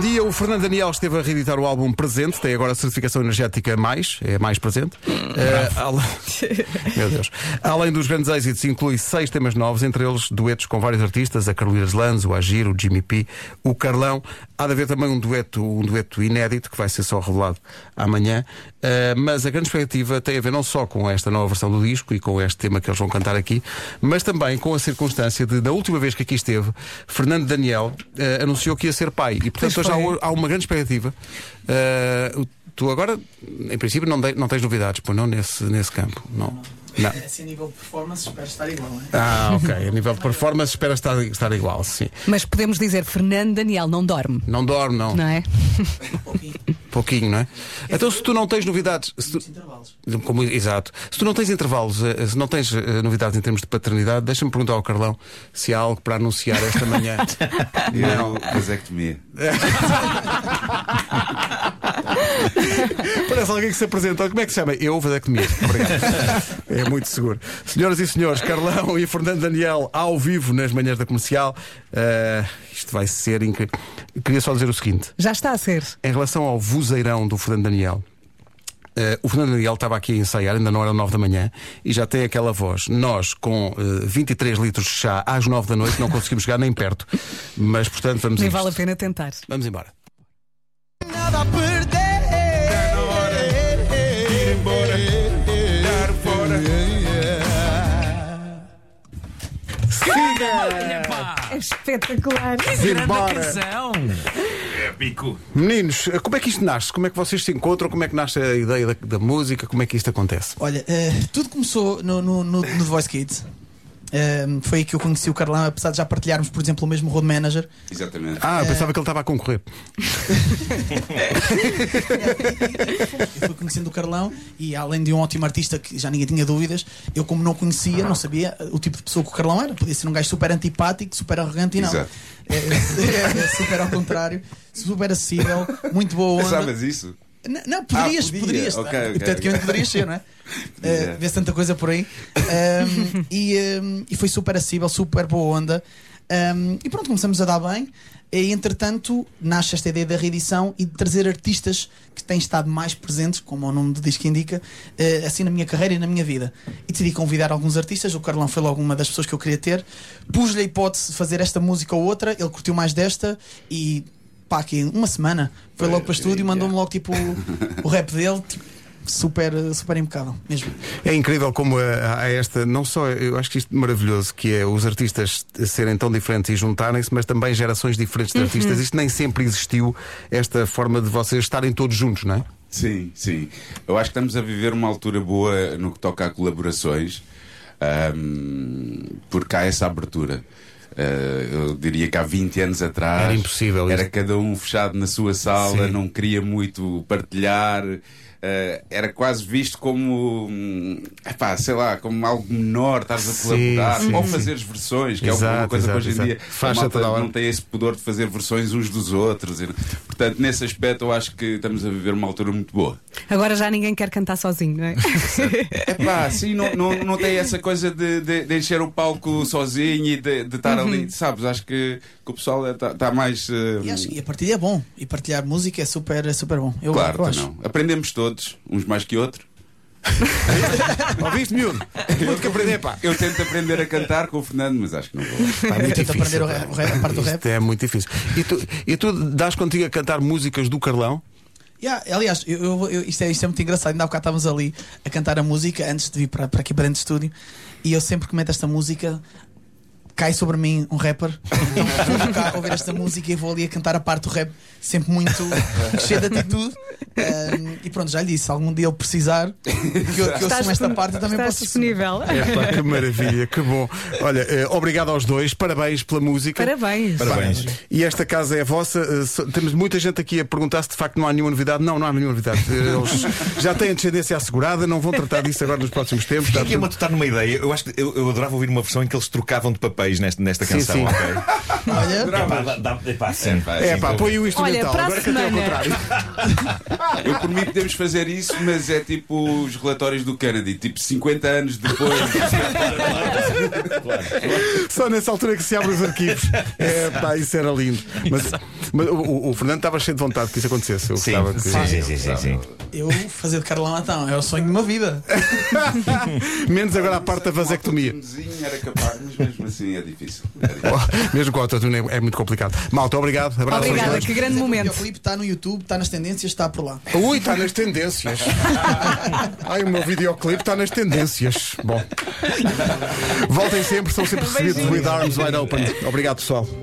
dia, o Fernando Daniel esteve a reeditar o álbum Presente, tem agora a certificação energética mais, é mais presente. Eh, ale- Meu Deus. Além dos grandes êxitos, inclui seis temas novos, entre eles duetos com vários artistas, a Carolina Lanz, o Agir, o Jimmy P, o Carlão. Há de haver também um dueto, um dueto inédito que vai ser só revelado amanhã. Eh, mas a grande expectativa tem a ver não só com esta nova versão do disco e com este tema que eles vão cantar aqui, mas também com a circunstância de, da última vez que aqui esteve, Fernando Daniel eh, anunciou que ia ser pai. E, portanto, Pois hoje há, foi. o- há uma grande expectativa. Eh, o- tu agora, em princípio, não, de- não tens novidades, pois não, nesse, nesse campo. Não. Não. Assim, a nível de performance, espero estar igual, não é? Ah, ok. A nível de performance, espera estar, estar igual, sim. Mas podemos dizer, Fernando Daniel não dorme, Não dorme, não. não é? Um pouquinho. Pouquinho, não é? Então, se tu não tens novidades. se tu- Muitos intervalos. Como- exato. Se tu não tens intervalos, eh, eh, se não tens eh, novidades em termos de paternidade, deixa-me perguntar ao Carlão se há algo para anunciar esta manhã. Eu, vasectomia. Parece alguém que se apresentou. Como é que se chama? Eu, vasectomia. Obrigado. É muito seguro. Senhoras e senhores, Carlão e Fernando Daniel ao vivo nas manhãs da comercial. Eh, isto vai ser incrível. Queria só dizer o seguinte: Já está a ser. em relação ao vozeirão do Fernando Daniel. eh, o Fernando Daniel estava aqui a ensaiar, ainda não eram 9 da manhã, e já tem aquela voz. Nós, com eh, 23 litros de chá às 9 da noite, não conseguimos chegar nem perto. Mas, portanto, vamos Nem a isto. vale a pena tentar. Vamos embora. nada a perder. Ir embora. Dar fora. É espetacular. Embora. canção! Pico. Meninos, eh, como é que isto nasce? Como é que vocês se encontram? Como é que nasce a ideia da, da música? Como é que isto acontece? Olha, eh, tudo começou no, no, no, no The Voice Kids. Eh, foi aí que eu conheci o Carlão, apesar de já partilharmos, por exemplo, o mesmo road manager. Exatamente. É. Ah, eu pensava que ele estava a concorrer. Eu fui conhecendo o Carlão e, além de um ótimo artista que já ninguém tinha dúvidas, eu, como não conhecia, não sabia eh, o tipo de pessoa que o Carlão era. Podia ser um gajo super antipático, super arrogante e não. Exato. É, é, é super ao contrário, super acessível, muito boa onda. Sabes isso? Não, não, poderias, assim. Ah, podia. poderias. Ok, tá? ok, Tecnicamente ok. poderias ser, não é? Podia. Uh, Vê-se tanta coisa por aí. Um, e, um, e foi super acessível, super boa onda. Um, e pronto, começamos a dar bem. E entretanto, nasce esta ideia da reedição e de trazer artistas que têm estado mais presentes, como o nome do disco indica, uh, assim na minha carreira e na minha vida. E decidi convidar alguns artistas. O Carlão foi logo uma das pessoas que eu queria ter. Pus-lhe a hipótese de fazer esta música ou outra. Ele curtiu mais desta e. Pá, aqui uma semana foi Foi, logo para o estúdio e yeah. mandou-me logo tipo o rap dele, tipo, super, super impecável mesmo. É incrível como há há esta, não só, eu acho que isto é maravilhoso, que é os artistas serem tão diferentes e juntarem-se, mas também gerações diferentes Uhum. de artistas. Isto nem sempre existiu, esta forma de vocês estarem todos juntos, não é? Sim, sim. Eu acho que estamos a viver uma altura boa no que toca a colaborações, ahm, porque há essa abertura. Ah, eu diria que há 20 anos atrás Era impossível Era isso. cada um fechado na sua sala, Sim. não queria muito partilhar. ah, era quase visto como, hum, epá, sei lá, como algo menor, estás a Sim, colaborar sim, ou sim. fazeres versões, que é Exato, uma coisa exato, que hoje em exato. dia Faz-se a a malta toda hora. não tem esse pudor de fazer versões uns dos outros. e- Portanto, nesse aspecto, eu acho que estamos a viver uma altura muito boa. Agora já ninguém quer cantar sozinho, não é? Epá, sim, não, não, não tem essa coisa de, de, de encher o palco sozinho e de, de estar ali, sabes? Acho que, que o pessoal está mais. eh, Uhum. E, acho, e a partilha é bom. E partilhar música é super, é super bom. Eu, claro, eu que acho. não. Aprendemos todos, uns mais que outros. Ouviste, miúdo? Muito que aprender, pá. Eu tento aprender a cantar com o Fernando, mas acho que não vou. Está muito Eu tento aprender difícil. o rap, o rap, a parte do rap. Isto é muito difícil. E tu, e tu dás contigo a cantar músicas do Carlão? Yeah, aliás, eu, eu- eu- isto, é, isto é muito engraçado. Ainda há bocado estávamos ali a cantar a música antes de vir para, para aqui para dentro do estúdio. E eu sempre que meto esta música. Cai sobre mim um rapper, então vou cá ouvir esta música e vou ali a cantar a parte do rap, sempre muito cheio de atitude. Ahm, e pronto, já lhe disse: se algum dia ele precisar que eu, que eu Estás assumo Então, esta dispon- parte, eu também Estás posso É. assumir. disponível. Epá, que maravilha, que bom. Olha, eh, obrigado aos dois, parabéns pela música. Parabéns. Parabéns. E esta casa é vossa. eh, so- Temos muita gente aqui a perguntar se de facto não há nenhuma novidade. Não, não há nenhuma novidade. Eh, Eles já têm a descendência assegurada, não vão tratar disso agora nos próximos tempos. Está Aqui é tudo- uma total numa ideia. Eu acho que eu, eu adorava ouvir uma versão em que eles trocavam de papéis. papéis neste- nesta Sim, canção, sim. ok? Olha, Epá, dá- dá- epá, sim. É pá, Sim, põe o Olha, instrumental. para a Agora que até ao semana. contrário. Eu por mim podemos fazer isso, mas é tipo os relatórios do Kennedy, tipo 50 anos depois. Só nessa altura que se abrem os arquivos. É pá, isso era lindo. Mas, mas o- o, o Fernando estava cheio de vontade que isso acontecesse. Eu gostava que. sim, sim, sim, sim, sim. eu fazer de Carla Matão é o sonho de uma vida. Menos agora a parte da vasectomia. Era capaz, mas mesmo assim é difícil. É difícil. Oh, mesmo com autotune é é muito complicado. Malta, obrigado. Abraço Obrigada, aos que grande O momento. videoclipe está no YouTube, está nas tendências, está por lá. dois. Ui, está nas tendências. Ai, o meu videoclipe está nas tendências. Bom, voltem sempre, são sempre recebidos with arms wide open. Obrigado, pessoal.